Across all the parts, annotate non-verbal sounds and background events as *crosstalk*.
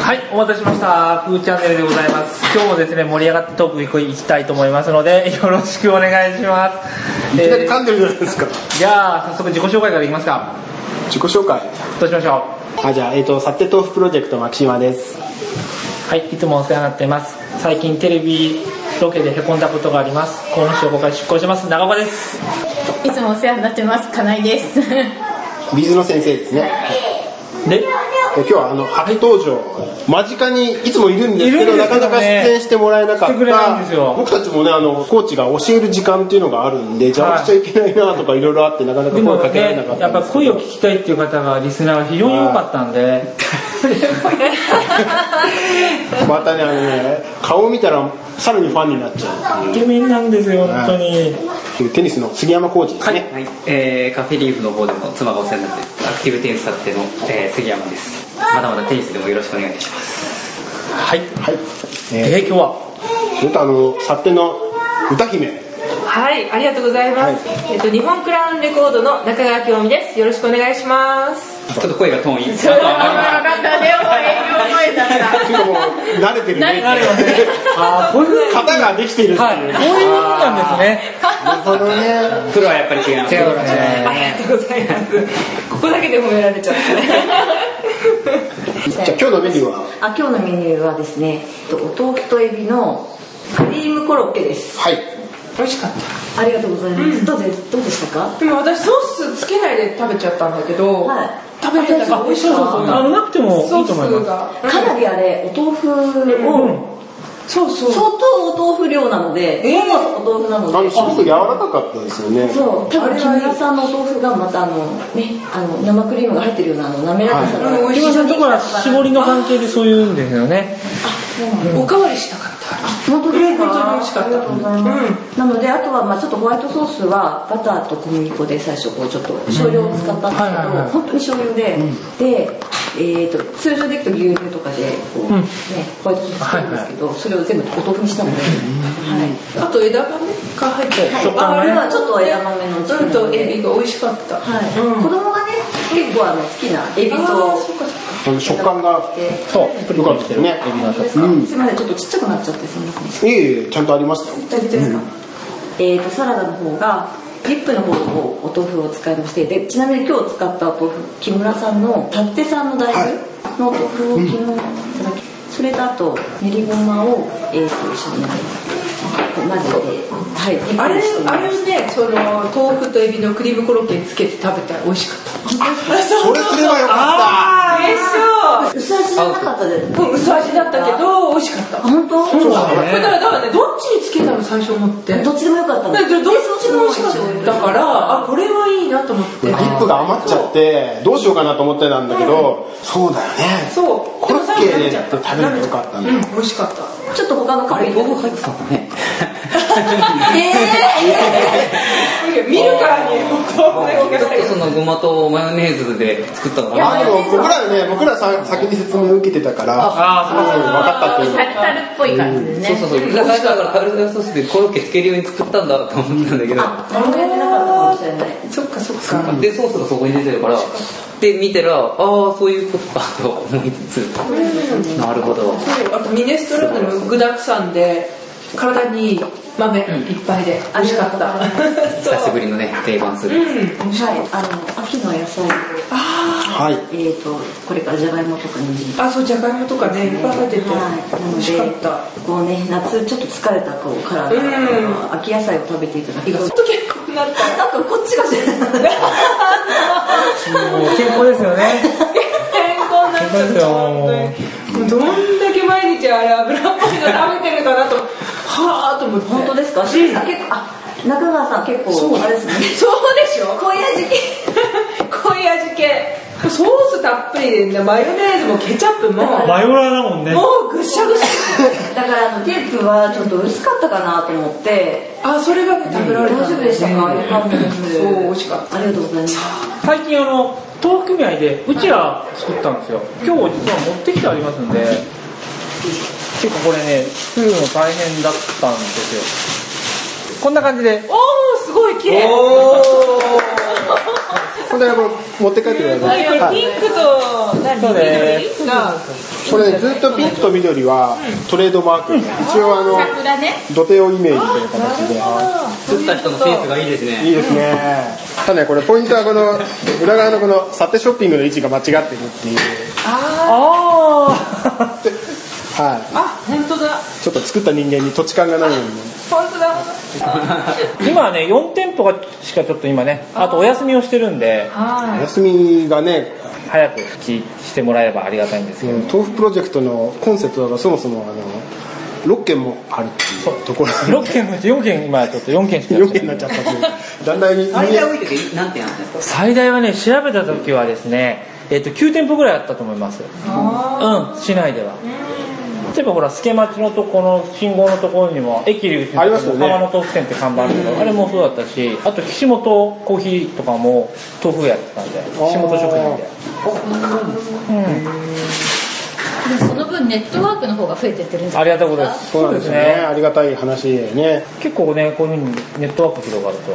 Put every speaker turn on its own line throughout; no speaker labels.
はい、お待たせしました。ふーチャンネルでございます。今日もですね、盛り上がってトークいこいきたいと思いますので、 *laughs* よろしくお願いします。
いきなり
え
噛んでるじゃないですか。
ーじゃあ、早速自己紹介からいきますか。
自己紹介。
どうしましょ
あ、じゃあ、えっ、と、サテ豆腐プロジェクトマキシマです。
う。はい、いつもお世話になってます。最近テレビロケでへこんだことがあります。この人ここから出向します。長岡です。
いつもお世話になってます、かないです。
ビズの先生ですね。
で、
今日はあの、初登場。間近にいつもいるんですけ
いる
ど、
んで
な
すけどね
かなか出演してもらえなか
来てくれないん
っ
ですよ
た。僕たちもね、あの、コーチが教える時間っていうのがあるんで、邪魔しちゃいけないなとかいろいろあって、なかなか
で
声
も
かけられなか
ね、
った
や
ん
っ
で
ぱ
すけど。
声を聞きたいっていう方が、リスナーが非常に多かったんで、
またね、あのね、顔を見たら、さらにファンになっちゃうっ
*laughs* イケメンなんですよ、本当に。
ていう、テニスの杉山コーチですね。
はい、えー、カフェリーフの方でも妻がお世話になってアクティブテニス立っての、えー、杉山ですまだまだテニスでもよろしくお願いします
はい。
はい。え
で、今日は、
ー、それとあの、サテの歌姫。
はい、ありがとうございます。えっと日本クラウンレコードの中川京美です。よろしくお願いします。
ちょっと声が遠い *laughs*
それは分かった、でも営業声だった。
ていうかもう慣れてるね
慣れ
あーこういう、
型ができているって
はい、こう
い
いううものなんですね。
なるほどね
プロはやっぱり違います
うね
ありがとうございます。ここだけで褒められちゃったね。
じゃあ今日のメニューは
あ今日のメニューはですねえっとお豆腐とエビのクリームコロッケです
はい
美味しかっ
ありがとうございます、どうでどうでしたか
た。でも私ソースつけないで食べちゃったんだけど、
はい
食べれたから美味しか
あ
っ
あの、なくてもい
た。
い
ソ
と思い
ー
ま
ス
す。
が
かなりあれお豆腐を、
そうそう。
相当お豆腐量なので、
えー
ほぼお豆腐な
あ
の
の
です
ごく柔らかかったですよね
そう多分木村さんのお豆腐がまたあのねあの生クリームが入ってるようなあの滑らかさが、
はいうん
木村さんのところは絞りの関係でそういうんですよね。
おかわりしたかった。
本当ですか
うん本当に美味しかった
ありがとうございます、なのであとはまあちょっとホワイトソースはバターと小麦粉で最初こうちょっと少量を使っ
うん
たんですけど、
はいはいはい
本当に少量で、で、えー、と通常でいくと牛乳とかでこう、ねホワイトソース作るんですけど、それを全部お豆腐にしたので、はい
あと枝豆が入ってる
はい
食感がね
あれは
ちょっと枝豆の
うんとエビが美味しかった。
はい
うん
子供がね結構あの好きなエビ
あーそ
と
っかそっか
あの食感が
そう、
良かったよね
本当ですか、
うん
すみませんちょっとちっちゃくなっちゃってすみません
いえいえちゃんとありましたよ
じゃあ、ですか。えっ、と、サラダの方が、ディップの方をお豆腐を使いまして、で、ちなみに今日使ったお豆腐、木村さんの、たってさんの大豆のお豆腐を昨日いただき、それとあと、練りごまを、えっ、と、一緒に、混ぜて、はい、ディップ
あれ
にしてみま
あれ
し
をねその豆腐とエビのクリームコロッケにつけて食べたら美味しかったあ
それすればよかった
あで
た薄味じゃなかったです。
しょ薄味だったけど美味しかった
あ、本当そう
だからだからねどっちにつけたの最初思ってだ
どっちでもよかったの
からどっちも美味しかっただからあこれはいいなと思って
リップが余っちゃってどうしようかなと思ってたんだけどそうだよね
そう
コロッケ
も最後食
で
べちゃった
食べるのよかった
う
ね
ん美味しかった
ちょっと他のカフェ
僕が帰ってたんだね
*laughs*
見るからに本当
ちょっとそのごまとマヨネーズで作ったのかな
あでも僕らね僕らさ先に説明を受けてたから
あ
うん分かったっていう
タルタルっぽい感じで
そ
ね。
うそうそう裏側からタルタルソースでコロッケつけるように作ったんだと思ったんだけど
あ、何もやってなかったかもしれない。
そっかそっか
でソースがそこに出てるからで見たらああそういうことかと思いつつなるほど
そうあとミネストローネも具だくさんで体にいい豆いっぱいで美味しかっ
*laughs*
た
ありがとう
久しぶりのね定番する
うん
はい、あの、秋の野菜を、
はい
えっ、と、これからじゃがいもとかに人参
あそうじゃがいもとかねいっぱい入ってて
はい、な
美味しかっ
ので
た
こうね夏ちょっと疲れたこうから、
うん
秋野菜を食べていただき
意
た
外
い
*laughs* と結構なった
なんかこっちが
もう健康ですよね。
健康になっちゃった本当にもうどんだけ毎日あれ油っぽいの食べてるかなとはあと思って
本当ですか、あ結構あ中川さん結
そう
構あれです
*laughs*
ね
そうでしょ
こういう時期
濃い味系ソースたっぷりでマヨネーズもケチャップもも
マヨラーだもんね。
うぐしゃぐしゃ
だからあのテープはちょっと薄かったかなと思って
あそれがね食べら
大
れた
丈夫でしたか、よかったです
そう美味しかった
ありがとうございます
最近あの、豆腐組合で、うちら作ったんですよ。今日実は持ってきてありますんで。結構これね、作るの大変だったんですよ。こんな感じで、
おおすごい綺麗
お
お
こ
これこれ持って帰ってくだ
こ
さい、
れ
はい
ピンクと何
そうね
緑が
これねずっとピンクと緑はトレードマークで、一応あの
桜ね。
土手をイメージという形で
釣った人のセンスがいいです
いい
ね
ですねただねこれポイントはこの裏側のこのサテショッピングの位置が間違ってるっていう
あ
は
あ本当だ
いちょっと作った人間に土地感がないようにね
本当だ
ー今はね4店舗がしかちょっと今ねあとお休みをしてるんで
お
は
休みがね
早く復帰してもらえればありがたいんですけど、
豆腐プロジェクトのコンセプトがそもそもあの6件もあるっていうところ
6件のうち4件今ちょっと4件しかや
4
って
件に
な
なっ
い
ちゃったというだんだん
最大多い時何点あったんですか
最大はね調べた時はですね、えっと9店舗ぐらいあったと思いますうん市内では例えばほら助町のとこの信号のところにも駅入り口の
ありますよね
浜の豆腐店って看板あるけどあれもそうだったしあと岸本コーヒーとかも豆腐屋やってたんで岸本食品でうん
でもその分ネットワークの方が増えてってるんじゃ
あ
ない
りがたいことです
そうなんですよねありがたい話でね
結構ねこういうふうにネットワーク広がると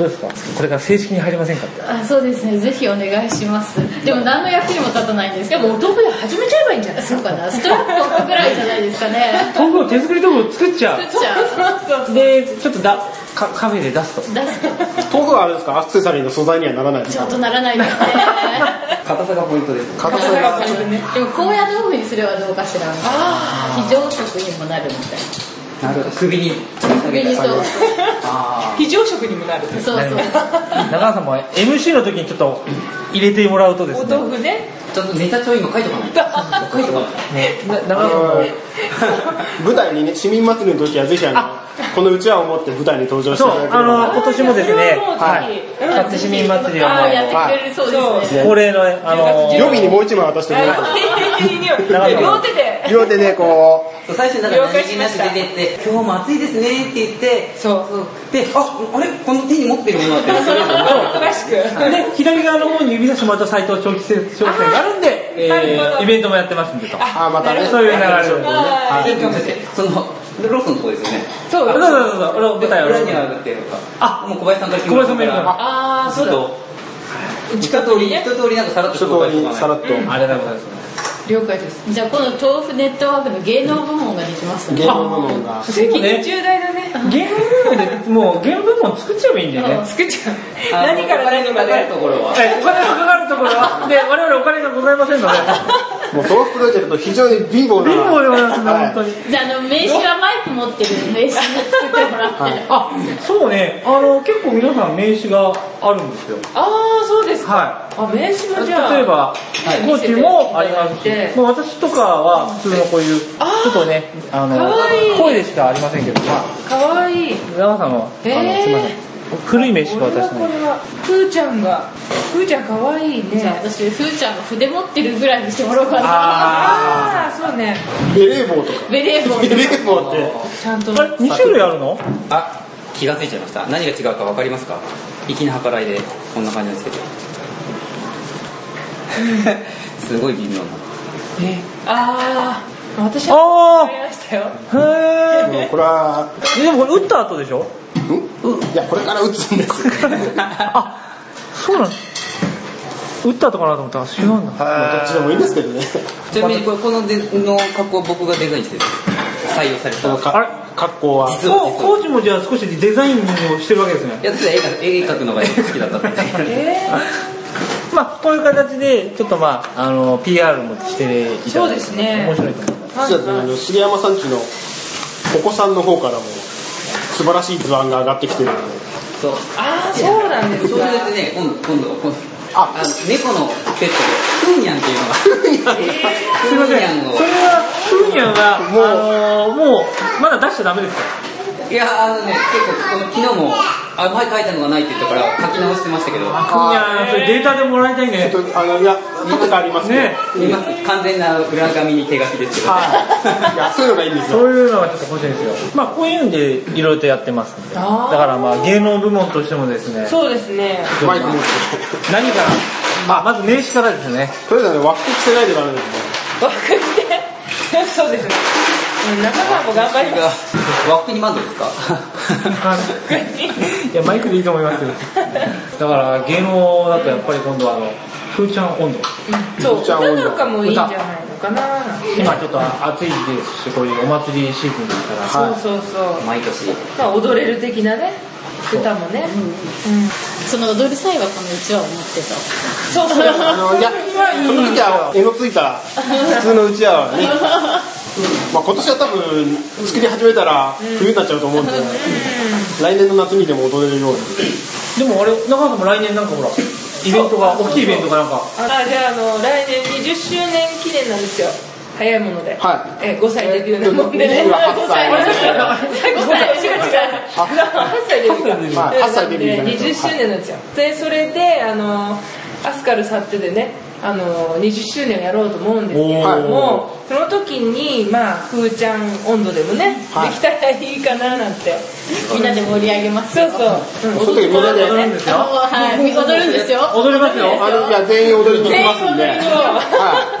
どうですかこれから正式に入りませんかって
あそうですねぜひお願いしますでも何の役にも立たないんですけどもうお豆腐で始めちゃえばいいんじゃないそうかなストラップ置くぐらいじゃないですかね
豆腐を手作り豆腐を作っちゃ
作っちゃう
うでちょっとだカカフェで出すと
出す
豆腐はあれですかアクセサリーの素材にはならないです
ちょ
か
っとならないですね
硬さがポイントですね
*laughs*
硬さが
でも高野豆腐にすればどうかしら非常食にもなるみたいな
なるほど首に
首にそう
あ
非常食にもなる
そうそう *laughs*
中川さんも MC の時にちょっと入れてもらうとで
お
すね
豆腐ね
あちょっとネタ帳今書いとかないと書いとかない
ねな中
あ
川さん
の
も
舞台にね市民祭りの時はぜひあのこのうちわを持って舞台に登場してい
そ
ただけ
う
れば
あの今年もですね
は
はいい勝手市民祭りは
あ
も
あ
う
やってくれるそうですね
恒例のあの
予備にもう一枚渡してもらう
両手で
両手でこ
そう最初にだから何気なく出てって「今日も暑いですね」って言って
そう
で「ああれこの手に持ってるものだってそれぞれ
正しく
で左側の方に指差してもらった斎藤長期戦長期戦があるんで、
なる
え
ほど
ーイベントもやってますんでと
あまたね
そういう流れで
はいいいかもしれない
そのローソンのとこですよね
そう
そうそうそうそう俺の舞台は
裏にあるっていうか
あ
もう小林さんと
小林さんもいるか
から
ああ
ちょ
そ
っ
うだ
と一通り一通りなんかさらっ
う
と紹
外
介し
に
とか
さら
ない
っと
ありがとうございます
了解です
じゃあこの豆腐ネットワークの芸能部門ができましたね
芸能部門が
責任重大だね
原文部門でもう原文も作っちゃえばいいんだよね
作っちゃう
あの
何から何ま
お金のかかる
で
ところは
えお金がかかるところはで我々お金がございませんの
*laughs*
で
もう豆腐プロジェクト非常に貧乏な
貧乏でございますね
はい
本当に
*laughs* じゃああの名刺はマイク持ってる名刺に作ってもらって、
はい
あそうねあの結構皆さん名刺があるんですよ
ああそうですか
は
あ名刺も
い
じゃあ
例えばコーチもあります
見せていただいて
しもう私とかは普通のこういうちょっとねあ
かわいい
の声でしかありませんけど
かわいい
長さんはあのす
へ
み
ー
ません古い名刺が
俺は
私
こ
の
れはふーちゃんがふーちゃんかわいい
じゃあ
ね
私ふーちゃんが筆持ってるぐらいにしてもらおうかな
あ
ああそうね
ベレー帽とか
ベレー帽
ベレー帽って
ちゃんと
あれ2種類あるの
あ気がついちゃいました何が違うか分かりますか粋な計らいでこんな感じなんですけどすごい微妙な
ああ私は
あ
わかりましたよ
あへ
もうこれは
えでもこれ打った後でしょ
んいやこれから打つんです
*laughs* あそうなの打った後かなと思ったら違うんだ
まあどっちでもいいんですけどね
ちなみにこれこのでの格好は僕がデザインしてる採用され
あ
た
の
あ
か格好は
実は
こうコーチもじゃあ少しデザインをしてるわけですね
いや私は絵が絵描くのが好きだったんで
*laughs* まあこういう形でちょっとまああの PR もしていただいて
そうですね
面白いと思います
実はあの杉山さんちのお子さんの方からも素晴らしい図案が上がってきてるので
そう
ああそうなんです
そ
か
れでね今度今度今度
あ
あの猫のペットでフンニャンっていうのが
すいま
フンニ
せ
ャ
ん
ン
それはフーニャンはもう、あのーもうまだ出しちゃダメですか
をいやあのね結構昨日もあ前描いたのがないって言ったから書き直してましたけど
フーニャンそれデータでもらいたいね
ちょっとあのいやとかありますね
ね
見ます完全な裏紙に手書きですけど
はいいやそういうのがいいんですよ
そういうのがちょっと欲しいんですよまあこういうんでいろいろとやってますんでだ
あー
からまあ芸能部門としてもですね
そうですね
マイク持って
何から、まあ、まず名刺からですね
とりあえずあの和服着せないでダメですね
和服着てそうですね
中川
*laughs*
も頑張ります。
枠に満足ですか
*laughs* いや、マイクでいいと思いますよ。だから、芸能だとやっぱり今度は、あの、ふーちゃん温度。
そう、
ちゃん
歌なんかもいいんじゃないのかな。
今ちょっと暑いですし、こういうお祭りシーズンですから。
そうそうそう。
*laughs* 毎年
まあ踊れる的なね、歌もね。うん
その踊りさえはこのうちわを持ってと
そうそう。
あのいやその時は絵のついた普通のうちわはね、まあ、今年は多分作り始めたら冬になっちゃうと思うんで、来年の夏にでも踊れるように
でも、あれ、中川さんも来年なんかほら、イベントが、大きいイベントがなんか。
あ、じゃあ、あの、来年20周年記念なんですよ。早いもので。
は
え、5歳デビューなもんでね。
僕は8歳
5歳。5歳、違う違う。8歳デビューか。
はい8歳デビュー
なんで20周年なんですよ。で、それで、あの、アスカル去ってでね、あの、20周年をやろうと思うんですけれども、その時に、まあ、ふーちゃん温度でもね、
はい
できたらいいかななんて。
みんなで盛り上げます
そ
よ
うそう。うん
その時みんなで
踊るん
*laughs*
ですよ。
はい踊るんですよ
踊りますよ。
あのいや全員踊りに行きますんで、
そう
は